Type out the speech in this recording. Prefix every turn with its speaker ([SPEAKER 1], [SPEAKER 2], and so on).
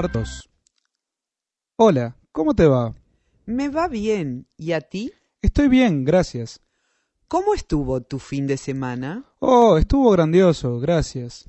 [SPEAKER 1] partos. Hola, ¿cómo te va?
[SPEAKER 2] Me va bien. ¿Y a ti?
[SPEAKER 1] Estoy bien, gracias.
[SPEAKER 2] ¿Cómo estuvo tu fin de semana?
[SPEAKER 1] Oh, estuvo grandioso, gracias.